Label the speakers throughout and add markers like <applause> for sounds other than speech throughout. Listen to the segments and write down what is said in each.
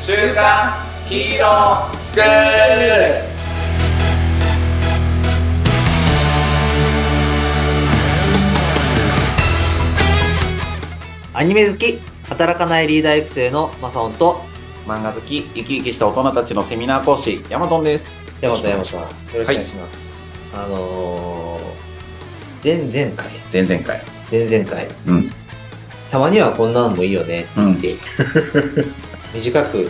Speaker 1: 週刊ヒーロースクール
Speaker 2: アニメ好き、働かないリーダー育成のマサオンと、
Speaker 1: 漫画好き生き生きした大人たちのセミナー講師ヤマトンです
Speaker 2: ヤマトンヤマトン
Speaker 1: よろしく
Speaker 2: よ
Speaker 1: お
Speaker 2: ろしくお
Speaker 1: 願
Speaker 2: 願
Speaker 1: い
Speaker 2: い
Speaker 1: し
Speaker 2: します。あのー、前々回、
Speaker 1: ますはい前々回
Speaker 2: 前々回、
Speaker 1: うん
Speaker 2: たまにはこんなのもいいよねって言って、
Speaker 1: <laughs>
Speaker 2: 短く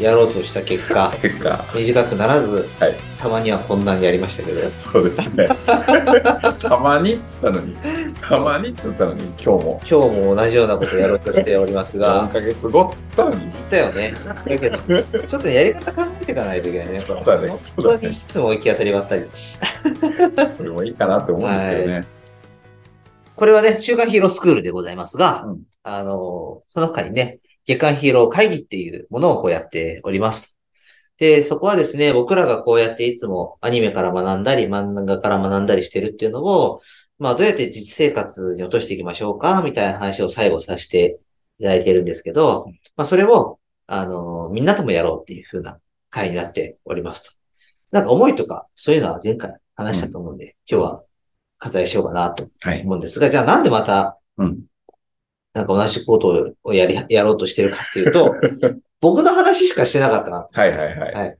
Speaker 2: やろうとした結果、
Speaker 1: 結果
Speaker 2: 短くならず、
Speaker 1: はい
Speaker 2: たまにはこんなんやりましたけど、
Speaker 1: そうです
Speaker 2: <laughs>
Speaker 1: ねたまにっつったのにたまにっつったのに今日も
Speaker 2: 今日も同じようなことをやろうとしております
Speaker 1: 4 <laughs>
Speaker 2: が、
Speaker 1: ヶ月後っつったのに
Speaker 2: 言ったよ
Speaker 1: <laughs>
Speaker 2: ね。だけど、ちょっとねやり方考えていかないといけないね。
Speaker 1: そうだね
Speaker 2: これ
Speaker 1: そうだね
Speaker 2: 本当にいつも行き当たりばったり。
Speaker 1: それもいいかなって思うんですけどね、
Speaker 2: これはね、週刊ヒーロースクールでございますが、
Speaker 1: うん
Speaker 2: あの、その他にね、月刊ヒーロー会議っていうものをこうやっております。で、そこはですね、僕らがこうやっていつもアニメから学んだり、漫画から学んだりしてるっていうのを、まあどうやって実生活に落としていきましょうか、みたいな話を最後させていただいてるんですけど、まあそれを、あの、みんなともやろうっていう風な会になっておりますと。なんか思いとか、そういうのは前回話したと思うんで、今日は割愛しようかなと
Speaker 1: はい
Speaker 2: 思うんですが、じゃあなんでまた、
Speaker 1: うん
Speaker 2: なんか同じことをやり、やろうとしてるかってい
Speaker 1: <laughs>
Speaker 2: うと、僕の話しかしてなかったな。
Speaker 1: はいはいはい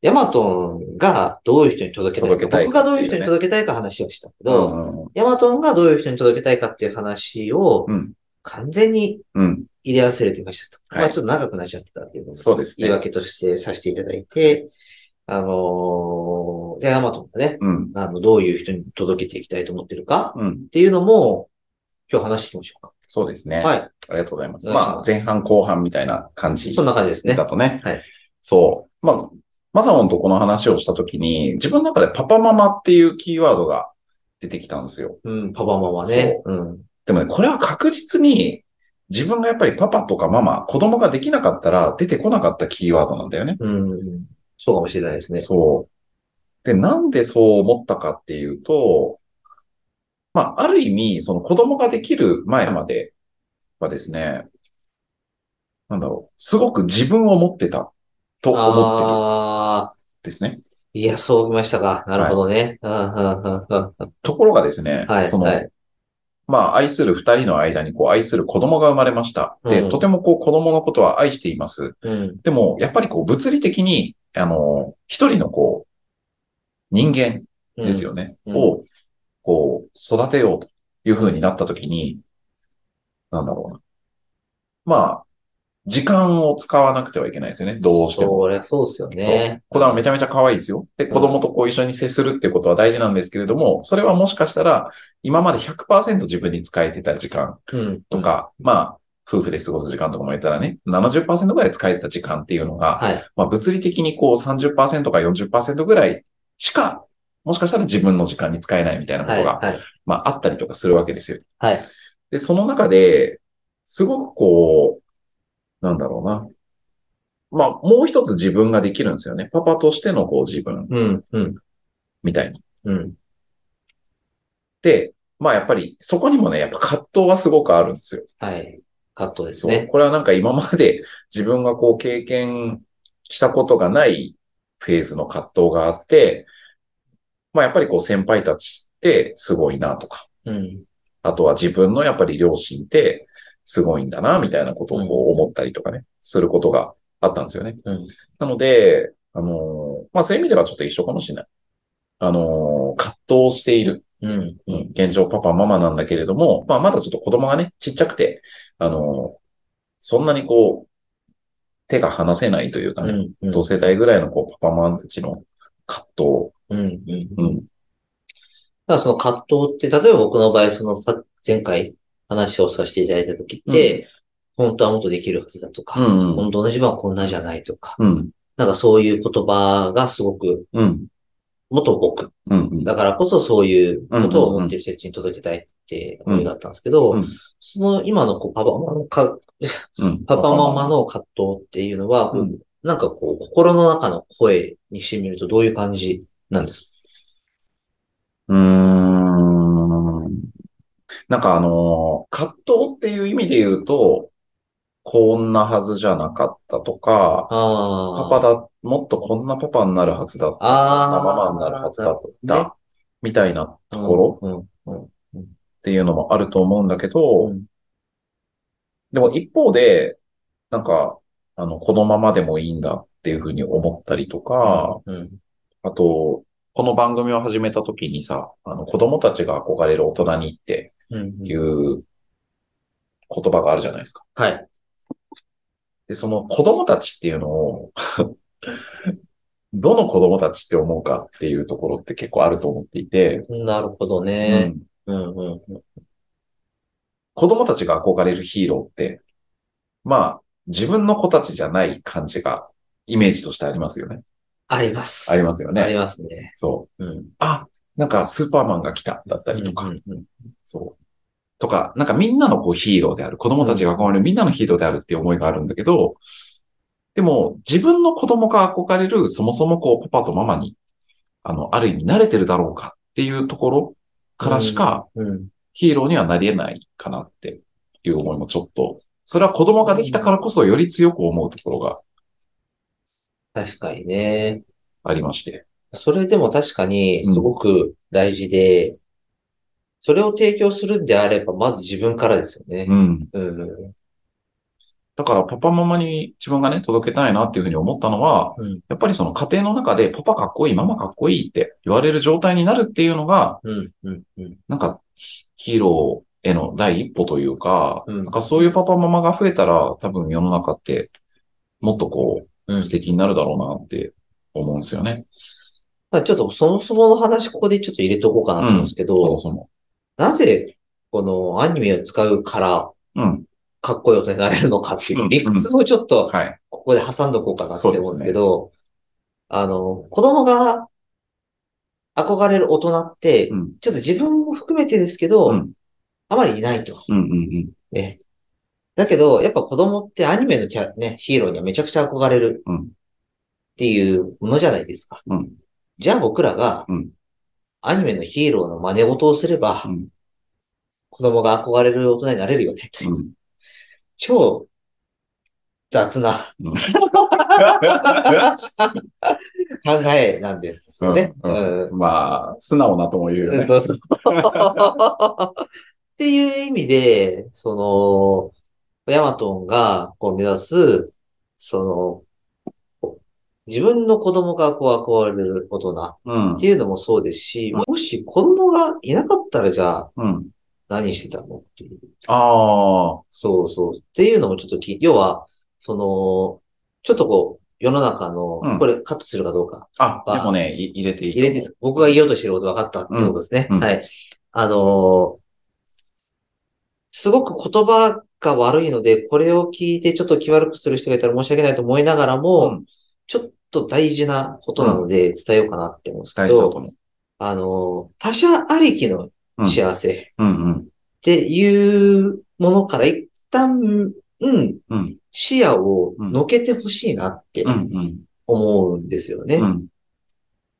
Speaker 2: ヤマトンがどういう人に届けたい
Speaker 1: 届
Speaker 2: か、
Speaker 1: けたい
Speaker 2: 僕
Speaker 1: かっ
Speaker 2: が
Speaker 1: ていうね
Speaker 2: どういう人に届けたいか話をしたけ
Speaker 1: う
Speaker 2: ど、
Speaker 1: ん
Speaker 2: ヤマトンがどういう人に届けたいかっていう話を
Speaker 1: うん
Speaker 2: 完全に
Speaker 1: うん
Speaker 2: 入れ忘れてましたと。
Speaker 1: はい
Speaker 2: まあちょっと長くなっちゃってたっていうのも
Speaker 1: そうですね
Speaker 2: 言い訳としてさせていただいて、あのー、じゃあヤマトンがね、
Speaker 1: うん
Speaker 2: あの、どういう人に届けていきたいと思ってるか
Speaker 1: うん
Speaker 2: っていうのも、今日話していきましょうか。
Speaker 1: そうですね、
Speaker 2: はい。
Speaker 1: ありがとうございます。
Speaker 2: お願いします
Speaker 1: まあ、前半後半みたいな感じ
Speaker 2: そんな感じですね。
Speaker 1: だとね。
Speaker 2: はい
Speaker 1: そう。まあ、マサオンとこの話をしたときに、自分の中でパパママっていうキーワードが出てきたんですよ。
Speaker 2: うん、パパママね。うん。
Speaker 1: でもね、これは確実に、自分がやっぱりパパとかママ、子供ができなかったら出てこなかったキーワードなんだよね。
Speaker 2: うん。そうかもしれないですね。
Speaker 1: そう。で、なんでそう思ったかっていうと、まあ、ある意味、その子供ができる前まではですね、なんだろう、すごく自分を持ってたと思ってるん
Speaker 2: ああ、
Speaker 1: ですね。
Speaker 2: いや、そうきましたか。なるほどね。うんうんうんうん
Speaker 1: ところがですね、
Speaker 2: はい
Speaker 1: その、
Speaker 2: はい
Speaker 1: まあ、愛する二人の間に、こう、愛する子供が生まれました。で、
Speaker 2: うん
Speaker 1: とてもこう、子供のことは愛しています。
Speaker 2: うん。
Speaker 1: でも、やっぱりこう、物理的に、あの、一人のこう、人間
Speaker 2: うん。
Speaker 1: ですよね、
Speaker 2: うん
Speaker 1: を、こう、育てようという風になったときに、なんだろうな。まあ、時間を使わなくてはいけないですよね、どうしても。
Speaker 2: そりゃそうですよね。
Speaker 1: 子供はめちゃめちゃ可愛いですよ。で、
Speaker 2: ん
Speaker 1: 子供とこう一緒に接するっていうことは大事なんですけれども、それはもしかしたら、今まで100%自分に使えてた時間
Speaker 2: うん。
Speaker 1: とか、まあ、夫婦で過ごす時間とかも言ったらね、70%ぐらい使えてた時間っていうのが、
Speaker 2: はい。
Speaker 1: まあ、物理的にこう30%か40%ぐらいしか、もしかしたら自分の時間に使えないみたいなこ
Speaker 2: はい。
Speaker 1: とが、
Speaker 2: はい。
Speaker 1: まあ、あったりとかするわけですよ。
Speaker 2: はい。
Speaker 1: で、その中で、すごくこう、なんだろうな。まあ、もう一つ自分ができるんですよね。パパとしてのこう自分
Speaker 2: うん。うん。
Speaker 1: みたいに。
Speaker 2: うん。
Speaker 1: で、まあやっぱりそこにもね、やっぱ葛藤はすごくあるんですよ。
Speaker 2: はい。カットです
Speaker 1: そう。
Speaker 2: ね。
Speaker 1: これはなんか今まで自分がこう経験したことがないフェーズの葛藤があって、まあやっぱりこう先輩たちってすごいなとか、
Speaker 2: うん。
Speaker 1: あとは自分のやっぱり両親ってすごいんだなみたいなことをこう思ったりとかね、することがあったんですよね。
Speaker 2: うん
Speaker 1: なので、あのーまあそういう意味ではちょっと一緒かもしれない。あのー葛藤している。
Speaker 2: うん。
Speaker 1: うん現状パパママなんだけれども、まあまだちょっと子供がね、ちっちゃくて、あの、そんなにこう、手が離せないというかね、
Speaker 2: うん。うん
Speaker 1: 同世代ぐらいのこう、パパママたちの葛藤、
Speaker 2: うん。うん。
Speaker 1: うん、
Speaker 2: だからその葛藤って、例えば僕の場合、そのさ、前回話をさせていただいた時って、本当はもっとできるはずだとか、
Speaker 1: うんうん
Speaker 2: 本当の自分はこんなじゃないとか、
Speaker 1: うん、
Speaker 2: なんかそういう言葉がすごく、
Speaker 1: うん、
Speaker 2: 元僕。
Speaker 1: うん、うん、
Speaker 2: だからこそそういうことを思ってる人たちに届けたいって思いだったんですけど、
Speaker 1: うんうん
Speaker 2: その今のこうパパママのか、
Speaker 1: うん
Speaker 2: パパママの葛藤っていうのは、
Speaker 1: うん
Speaker 2: なんかこう、心の中の声にしてみるとどういう感じなんですか
Speaker 1: うーん。なんかあのー、葛藤っていう意味で言うと、こんなはずじゃなかったとか、
Speaker 2: あ
Speaker 1: パ
Speaker 2: あ。
Speaker 1: パだ、もっとこんなパパになるはずだった。こんな
Speaker 2: ああ。
Speaker 1: ママになるはずだっ
Speaker 2: なるほ
Speaker 1: た。みたいなところ
Speaker 2: うん。
Speaker 1: っていうのもあると思うんだけど、
Speaker 2: うん
Speaker 1: でも一方で、なんか、あの、このままでもいいんだっていうふうに思ったりとか、
Speaker 2: うん。
Speaker 1: あと、この番組を始めた時にさ、あの、子供たちが憧れる大人にって
Speaker 2: うん。
Speaker 1: いう言葉があるじゃないですか。
Speaker 2: はい。
Speaker 1: で、その子供たちっていうのを、 <laughs> どの子供たちって思うかっていうところって結構あると思っていて、
Speaker 2: なるほど
Speaker 1: う
Speaker 2: ね。
Speaker 1: ん
Speaker 2: うんうんうん。
Speaker 1: 子供たちが憧れるヒーローって、まあ、自分の子たちじゃない感じが、イメージとしてありますよね。
Speaker 2: あります。
Speaker 1: ありますよ
Speaker 2: あり
Speaker 1: ね。
Speaker 2: ますね。
Speaker 1: そう。
Speaker 2: うん。
Speaker 1: あ、なんかスーパーマンが来た、だったりとか、
Speaker 2: うんうん
Speaker 1: そう。とか、なんかみんなのこうヒーローである、子供たちが憧れるみんなのヒーローであるっていう思いがあるんだけど、でも自分の子供が憧れる、そもそもこうパパとママに、あの、ある意味慣れてるだろうかっていうところからしか、
Speaker 2: うん。うん。
Speaker 1: ヒーローにはなり得ないかなっていう思いもちょっと、それは子供ができたからこそより強く思うところが
Speaker 2: 確かにね。
Speaker 1: ありまして。
Speaker 2: それでも確かに
Speaker 1: うん
Speaker 2: すごく大事で、それを提供するんであれば、まず自分からですよね
Speaker 1: う。ん。
Speaker 2: うん。
Speaker 1: だからパパママに自分がね、届けたいなっていうふうに思ったのは、
Speaker 2: うん。
Speaker 1: やっぱりその家庭の中でパパかっこいい、ママかっこいいって言われる状態になるっていうのが、
Speaker 2: うん。うん。うん。
Speaker 1: なんかヒヒーローへの第一歩というか、
Speaker 2: うん
Speaker 1: なんかそういうパパママが増えたら多分世の中ってもっとこ
Speaker 2: う
Speaker 1: うん素敵になるだろうなって思うんですよね。
Speaker 2: まあちょっとそもそもの話、ここでちょっと入れとこうかなと思うんですけ
Speaker 1: そも
Speaker 2: ど、
Speaker 1: そも。
Speaker 2: なぜ、このアニメを使うから、
Speaker 1: うん。
Speaker 2: かっこよくなれるのかっていう理屈をちょっと、
Speaker 1: はい。
Speaker 2: ここで挟んどこうかなって思うんですけど、あの、子供が憧れる大人って
Speaker 1: う、ん。
Speaker 2: ちょっと自分も含めてですけど、
Speaker 1: うん
Speaker 2: あまりいないと。
Speaker 1: うんうんうん。
Speaker 2: ね。だけど、やっぱ子供ってアニメのキャ、ね、ヒーローにはめちゃくちゃ憧れる
Speaker 1: うん
Speaker 2: っていうものじゃないですか。
Speaker 1: うん
Speaker 2: じゃあ僕らが
Speaker 1: うん、
Speaker 2: アニメのヒーローの真似事をすれば、
Speaker 1: うん
Speaker 2: 子供が憧れる大人になれるよね、という。 <laughs>
Speaker 1: うん
Speaker 2: 超雑な
Speaker 1: うん
Speaker 2: 考えなんですよね。
Speaker 1: うん
Speaker 2: うん
Speaker 1: まあ、素直なとも言うよね。
Speaker 2: そうそう。 <laughs> っていう意味で、その、ヤマトンがこう目指す、その、自分の子供がこう憧れる大人っ
Speaker 1: うん
Speaker 2: て。いうのもそうですし、もし子供がいなかったらじゃあ
Speaker 1: うん。
Speaker 2: 何してたのっていう。
Speaker 1: ああ。
Speaker 2: そうそう。っていうのもちょっとき、要は、その、ちょっとこう、世の中の
Speaker 1: うん、
Speaker 2: これカットするかどうか
Speaker 1: あ、でもね、い入れていいと思
Speaker 2: 入れ
Speaker 1: う
Speaker 2: ていいですか僕が言おうとしてること分かったってことですね。
Speaker 1: うんうん
Speaker 2: はい。あのーすごく言葉が悪いので、これを聞いてちょっと気悪くする人がいたら申し訳ないと思いながらも、
Speaker 1: うん
Speaker 2: ちょっと大事なことなので伝えようかなって思うんですけ
Speaker 1: 大事だと
Speaker 2: ど、
Speaker 1: 思
Speaker 2: あのー他者ありきの
Speaker 1: う。
Speaker 2: 幸せっ
Speaker 1: うん。うんうん。
Speaker 2: ていうものから一旦、うん、
Speaker 1: うん
Speaker 2: 視野をのけてほしいなって
Speaker 1: うんうん。
Speaker 2: 思うんですよね。
Speaker 1: うん。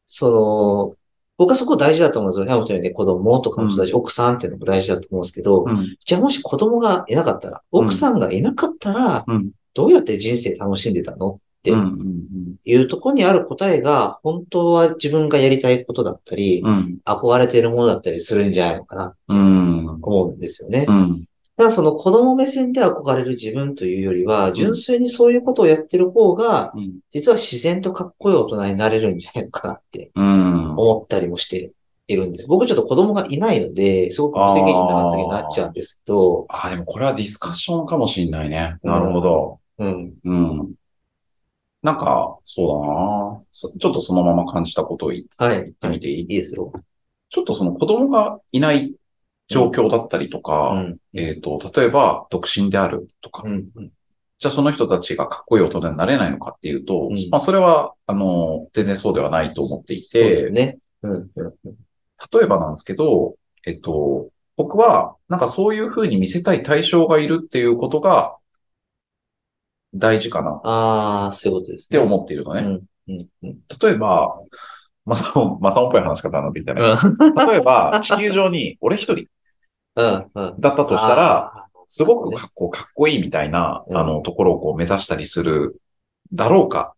Speaker 2: その、僕はそこ大事だと思うんですよ。山本にね、子供とかもそうだし、奥さんっていうのも大事だと思うんですけど、
Speaker 1: うん。
Speaker 2: じゃあもし子供がいなかったら、
Speaker 1: うん
Speaker 2: 奥さんがいなかったら、
Speaker 1: うん
Speaker 2: どうやって人生楽しんでたのって
Speaker 1: うんうん
Speaker 2: いうところにある答えが、本当は自分がやりたいことだったり、
Speaker 1: うん。
Speaker 2: 憧れているものだったりするんじゃないのかな、
Speaker 1: うん。うん。
Speaker 2: 思うんですよね。
Speaker 1: うん。
Speaker 2: だからその子供目線で憧れる自分というよりは、純粋にそういうことをやってる方が、
Speaker 1: うん
Speaker 2: 実は自然とかっこいい大人になれるんじゃないのかなって
Speaker 1: うん。
Speaker 2: 思ったりもしているんです。僕ちょっと子供がいないので、すごく無責任な発言になっちゃうんですけど、
Speaker 1: あ、でもこれはディスカッションかもしんないね。なるほど。
Speaker 2: うん。
Speaker 1: うん。なんか、そうだなそちょっとそのまま感じたことを言っ
Speaker 2: はい。
Speaker 1: てみていい
Speaker 2: いいですよ。
Speaker 1: ちょっとその子供がいない状況だったりと
Speaker 2: う
Speaker 1: か、
Speaker 2: ん。
Speaker 1: えっと、例えば独身であるとか
Speaker 2: う、ん。うん
Speaker 1: じゃあその人たちがかっこいい大人になれないのかっていうと、
Speaker 2: うん
Speaker 1: まあそれは、あの、全然そうではないと思ってい
Speaker 2: そうで
Speaker 1: て、
Speaker 2: すね。うん。うん
Speaker 1: 例えばなんですけど、えっと、僕は、なんかそういうふうに見せたい対象がいるっていうことが、大事かなっ
Speaker 2: ああ、そういうことです
Speaker 1: て
Speaker 2: ね。
Speaker 1: 思っているのね。
Speaker 2: うん。うん。
Speaker 1: 例えば、まさお、まさおっぽい話し方になってきたね。例えば、地球上に俺一人
Speaker 2: うん。うん。
Speaker 1: だったとしたら、
Speaker 2: <laughs> あ
Speaker 1: すごくかっこかっこいいみたいな、
Speaker 2: うん
Speaker 1: あの、ところをこう目指したりするだろうか。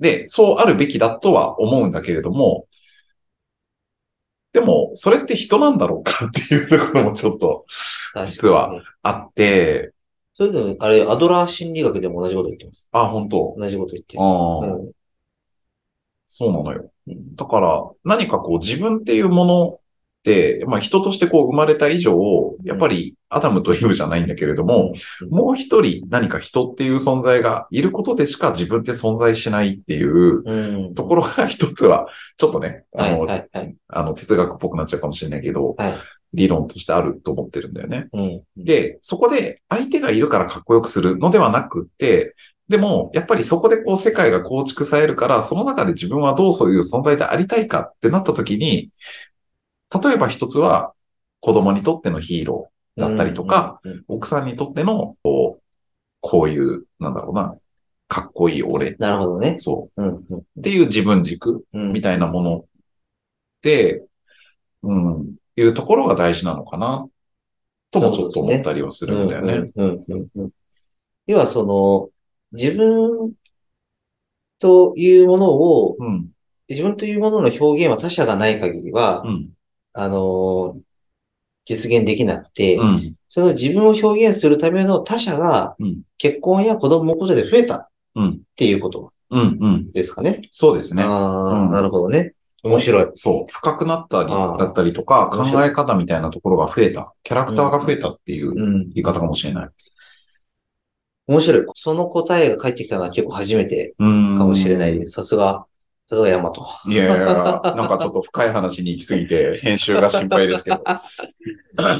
Speaker 1: で、そうあるべきだとは思うんだけれども、でも、それって人なんだろうかっていうところもちょっと
Speaker 2: 確かにね
Speaker 1: 実は。あって、
Speaker 2: それでも、あれ、アドラー心理学でも同じこと言ってます。
Speaker 1: あ、本当
Speaker 2: 同じこと言ってる。
Speaker 1: あ
Speaker 2: う
Speaker 1: あ、
Speaker 2: ん。
Speaker 1: そうなのよ。だから、何かこう自分っていうものって、まあ人としてこう生まれた以上、やっぱりアダムとイブじゃないんだけれども、もう一人何か人っていう存在がいることでしか自分って存在しないっていう
Speaker 2: うん。
Speaker 1: ところが一つは、ちょっとね、あ
Speaker 2: はい、
Speaker 1: の、
Speaker 2: はい、はい。
Speaker 1: あの哲学っぽくなっちゃうかもしれないけど、
Speaker 2: はい
Speaker 1: 理論としてあると思ってるんだよね。
Speaker 2: うん。
Speaker 1: で、そこで相手がいるからかっこよくするのではなくって、でも、やっぱりそこでこう世界が構築されるから、その中で自分はどうそういう存在でありたいかってなった時に、例えば一つは子供にとってのヒーローだったりとか、
Speaker 2: うん、うん
Speaker 1: 奥さんにとっての、こう、こういう、なんだろうな、かっこいい俺、
Speaker 2: なるほどね。
Speaker 1: そ
Speaker 2: うん、うん
Speaker 1: う、っていう自分軸
Speaker 2: うん。
Speaker 1: みたいなもので、うん、いうところが大事なのかな、ともちょっと思ったりはするんだよね。
Speaker 2: うんうんうんうん要はその、自分というものを、
Speaker 1: うん。
Speaker 2: 自分というものの表現は他者がない限りは、
Speaker 1: うん。
Speaker 2: あのー実現できなくて、
Speaker 1: うん。
Speaker 2: その自分を表現するための他者が
Speaker 1: うん、
Speaker 2: 結婚や子供のことで増えたっ
Speaker 1: うん。
Speaker 2: ていうこと
Speaker 1: うん。うん。
Speaker 2: ですかね。
Speaker 1: そうですね。
Speaker 2: ああ、
Speaker 1: うん
Speaker 2: なるほどね。面白い。
Speaker 1: そう。深くなったり、
Speaker 2: ああ
Speaker 1: だったりとか、
Speaker 2: 面
Speaker 1: 考
Speaker 2: 白
Speaker 1: え方みたいなところが増えた。キャラクターが増えたっていう
Speaker 2: うん。
Speaker 1: 言い方かもしれない。
Speaker 2: 面白い。その答えが返ってきたのは結構初めて
Speaker 1: うん。
Speaker 2: かもしれな。い。さすが、さすがヤマト。
Speaker 1: いやいやいや、なんかちょっと深い話に行き過ぎ
Speaker 2: <laughs>
Speaker 1: て、編集が心配ですけど。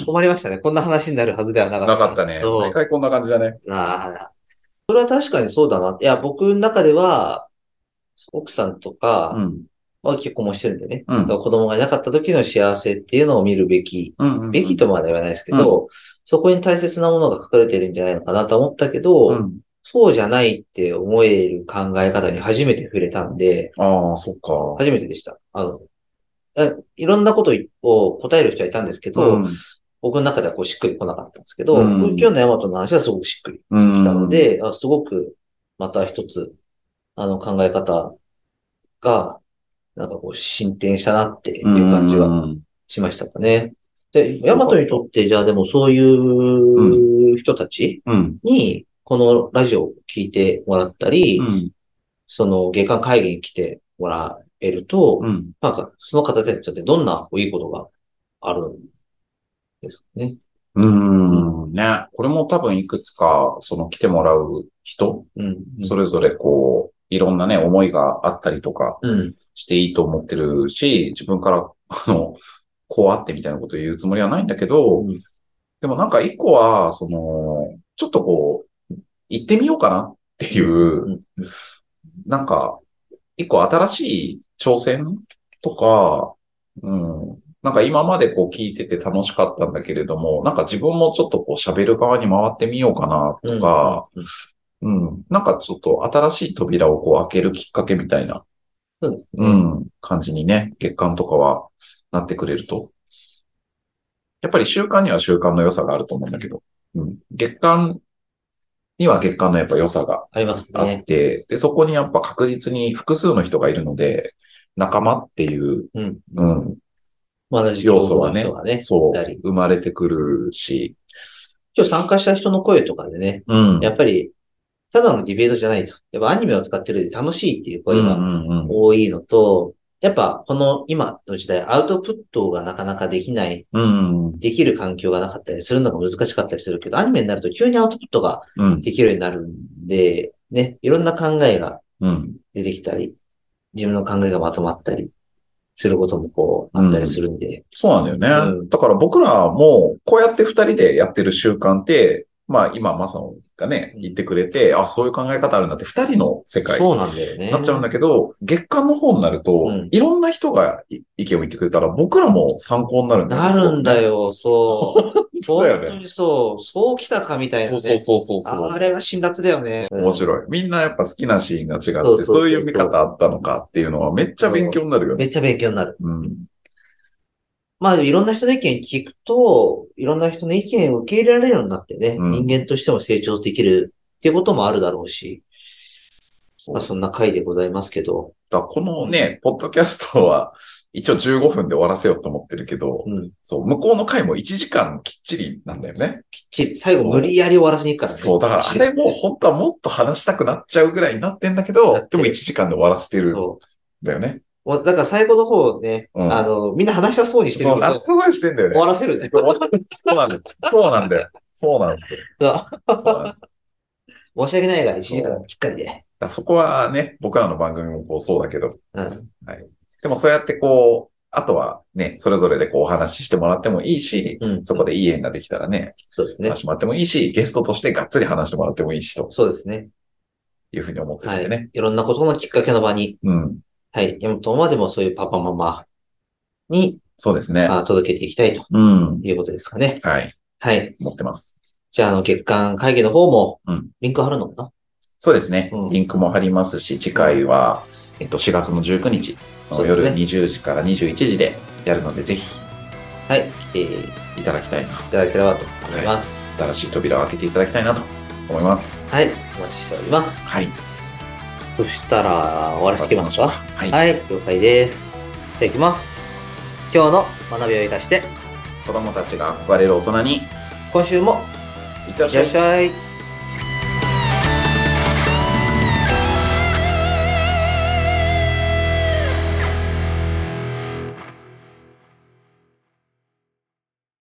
Speaker 2: 困りましたね。こんな話になるはずではなかった。
Speaker 1: なかったね。
Speaker 2: そう
Speaker 1: 毎回こんな感じだね。
Speaker 2: ああ。それは確かにそうだな。いや、僕の中では、奥さんと
Speaker 1: う
Speaker 2: か
Speaker 1: ん。
Speaker 2: は結婚もしてるんでね。
Speaker 1: う
Speaker 2: だ
Speaker 1: ん
Speaker 2: から。子供がいなかった時の幸せっていうのを見るべき、
Speaker 1: うんうん。
Speaker 2: べきとまでは言わないですけど、そこに大切なものが書かれてるんじゃないのかなと思ったけど、
Speaker 1: うん。
Speaker 2: そうじゃないって思える考え方に初めて触れたんで、
Speaker 1: ああ、そっか。
Speaker 2: 初めてでした。あの、あいろんなことを答える人はいたんですけど、
Speaker 1: うん。
Speaker 2: 僕の中ではこうしっくり来なかったんですけど、
Speaker 1: うん
Speaker 2: 今日のヤマトの話はすごくしっくり
Speaker 1: うん。
Speaker 2: なの、で、あすごく、また一つ、あの考え方が、なんかこう進展したなっていう感じは。しましたかね。で、ヤマトにとって、じゃあでもそういう人たち
Speaker 1: うん。
Speaker 2: に、このラジオを聞いてもらったり、
Speaker 1: うん。
Speaker 2: その月間会議に来てもらえると、
Speaker 1: うん。
Speaker 2: なんかその方たちってどんないいことがあるんですかね。
Speaker 1: うーん、ね。これも多分いくつか、その来てもらう人、
Speaker 2: うん。
Speaker 1: それぞれこう、いろんなね、思いがあったりとか
Speaker 2: うん。
Speaker 1: していいと思ってるし、自分から、あの、こうあってみたいなこと言うつもりはないんだけど、
Speaker 2: うん
Speaker 1: でもなんか一個は、その、ちょっとこう、行ってみようかなっていう、なんか、一個新しい挑戦とか、うん、なんか今までこう聞いてて楽しかったんだけれども、なんか自分もちょっとこう喋る側に回ってみようかなとか、
Speaker 2: うん
Speaker 1: うん、なんかちょっと新しい扉をこう開けるきっかけみたいな、
Speaker 2: そうですね。
Speaker 1: うん、感じにね、月間とかはなってくれると。やっぱり習慣には習慣の良さがあると思うんだけど、うん、月間には月間のやっぱ良さが
Speaker 2: あります
Speaker 1: あ
Speaker 2: ね
Speaker 1: っ。て、で、そこにやっぱ確実に複数の人がいるので、仲間っていう、
Speaker 2: うん。
Speaker 1: うん、
Speaker 2: まあ同じ
Speaker 1: 要素はね
Speaker 2: 競争の人がね
Speaker 1: そう
Speaker 2: いたり、
Speaker 1: 生まれてくるし、
Speaker 2: 今日参加した人の声とかでね、
Speaker 1: うん。
Speaker 2: やっぱり、ただのディベートじゃないと。やっぱアニメを使ってるで楽しいっていう
Speaker 1: う
Speaker 2: 声
Speaker 1: んう
Speaker 2: が
Speaker 1: んうん
Speaker 2: 多いのと、やっぱこの今の時代、アウトプットがなかなかできない、
Speaker 1: うんうん
Speaker 2: できる環境がなかったりするのが難しかったりするけど、アニメになると急にアウトプットが
Speaker 1: うん
Speaker 2: できるようになるんで、ね、いろんな考えが
Speaker 1: うん
Speaker 2: 出てきたり、自分の考えがまとまったりすることもこう、あったりするんで、
Speaker 1: そうなんだよね。
Speaker 2: うん
Speaker 1: だから僕らも、こうやって二人でやってる習慣って、まあ今、まさおがね、言ってくれて、あ、そういう考え方あるんだって、二人の世界
Speaker 2: そうなんだよね。
Speaker 1: なっちゃうんだけど、月間の方になると、
Speaker 2: うん
Speaker 1: いろんな人がい意見を言ってくれたら、僕らも参考になるんだ
Speaker 2: なるんだよ、そう。
Speaker 1: そうだよね
Speaker 2: 本当にそう。そう来たかみたいな、
Speaker 1: そ
Speaker 2: ね。
Speaker 1: うそうそうそうそう。
Speaker 2: あれは辛辣だよね。
Speaker 1: 面白い。みんなやっぱ好きなシーンが違って、
Speaker 2: そうそうそう
Speaker 1: そういう見方あったのかっていうのはめっちゃ勉強になるよね。
Speaker 2: めっちゃ勉強になる。
Speaker 1: うん。
Speaker 2: まあ、いろんな人の意見聞くと、いろんな人の意見を受け入れられるようになってね、
Speaker 1: うん
Speaker 2: 人間としても成長できるっていうこともあるだろうし、まあ、そんな回でございますけど、
Speaker 1: だからこのね、ポッドキャストは、一応15分で終わらせようと思ってるけど、
Speaker 2: うん。
Speaker 1: そう、向こうの回も1時間きっちりなんだよね。
Speaker 2: きっちり、最後無理やり終わらせに行くからね。
Speaker 1: そう、だからあれもう本当はもっと話したくなっちゃうぐらいになってんだけ
Speaker 2: なっ
Speaker 1: ど、
Speaker 2: て
Speaker 1: で
Speaker 2: る
Speaker 1: も1時間で終わらせてるん
Speaker 2: そ
Speaker 1: だよね。
Speaker 2: う。もうだから最後の方ね、
Speaker 1: うん
Speaker 2: あの、みんな話したそうにしてる
Speaker 1: そ
Speaker 2: け
Speaker 1: う、あ、
Speaker 2: ど、
Speaker 1: すごいしてんだよ
Speaker 2: 終わ
Speaker 1: ね。
Speaker 2: らせるんだよ。
Speaker 1: そうなんだよ。そうなんだよ。そうなんですよ。そうなんです
Speaker 2: 申し訳ないが、1時間きっかりで。
Speaker 1: だからそこはね、僕らの番組もこうそうだけど、
Speaker 2: うん。
Speaker 1: でもそうやってこう、あとはね、それぞれでこうお話ししてもらってもいいし、
Speaker 2: うん。
Speaker 1: そこでいい縁ができたらね、
Speaker 2: そうですね
Speaker 1: 話。してもらってもいいし、ゲストとしてがっつり話してもらってもいいし、と
Speaker 2: そうですね。
Speaker 1: いうふうに思ってる
Speaker 2: は
Speaker 1: んでね。
Speaker 2: い。いろんなことのきっかけの場に、
Speaker 1: うん。
Speaker 2: はい。山本までもそういうパパママに、
Speaker 1: そうですね。
Speaker 2: まあ、届けていきたいと
Speaker 1: うん。
Speaker 2: いうことですかね。
Speaker 1: はい。
Speaker 2: はい。
Speaker 1: 思ってます。
Speaker 2: じゃあ、あの、月間会議の方も
Speaker 1: うん、
Speaker 2: リンク貼るのかな、
Speaker 1: そうですね。
Speaker 2: うん
Speaker 1: リンクも貼りますし、次回は、えっと、4月の19日の
Speaker 2: そうですね
Speaker 1: 夜20時から21時でやるので、ぜひ
Speaker 2: はい。来てい
Speaker 1: いただきたいな。
Speaker 2: ただければと思います。
Speaker 1: 新しい扉を開けていただきたいなと思います。
Speaker 2: はい。お待ちしております。
Speaker 1: はい。
Speaker 2: そしたら、終わらせていきますか。
Speaker 1: はい。
Speaker 2: はい、了解です。じゃあ行きます。今日の学びを生かして、
Speaker 1: 子供たちが憧れる大人に、
Speaker 2: 今週も
Speaker 1: いってらっ
Speaker 2: い
Speaker 1: しゃ
Speaker 2: ら
Speaker 1: い
Speaker 2: っ。しゃい。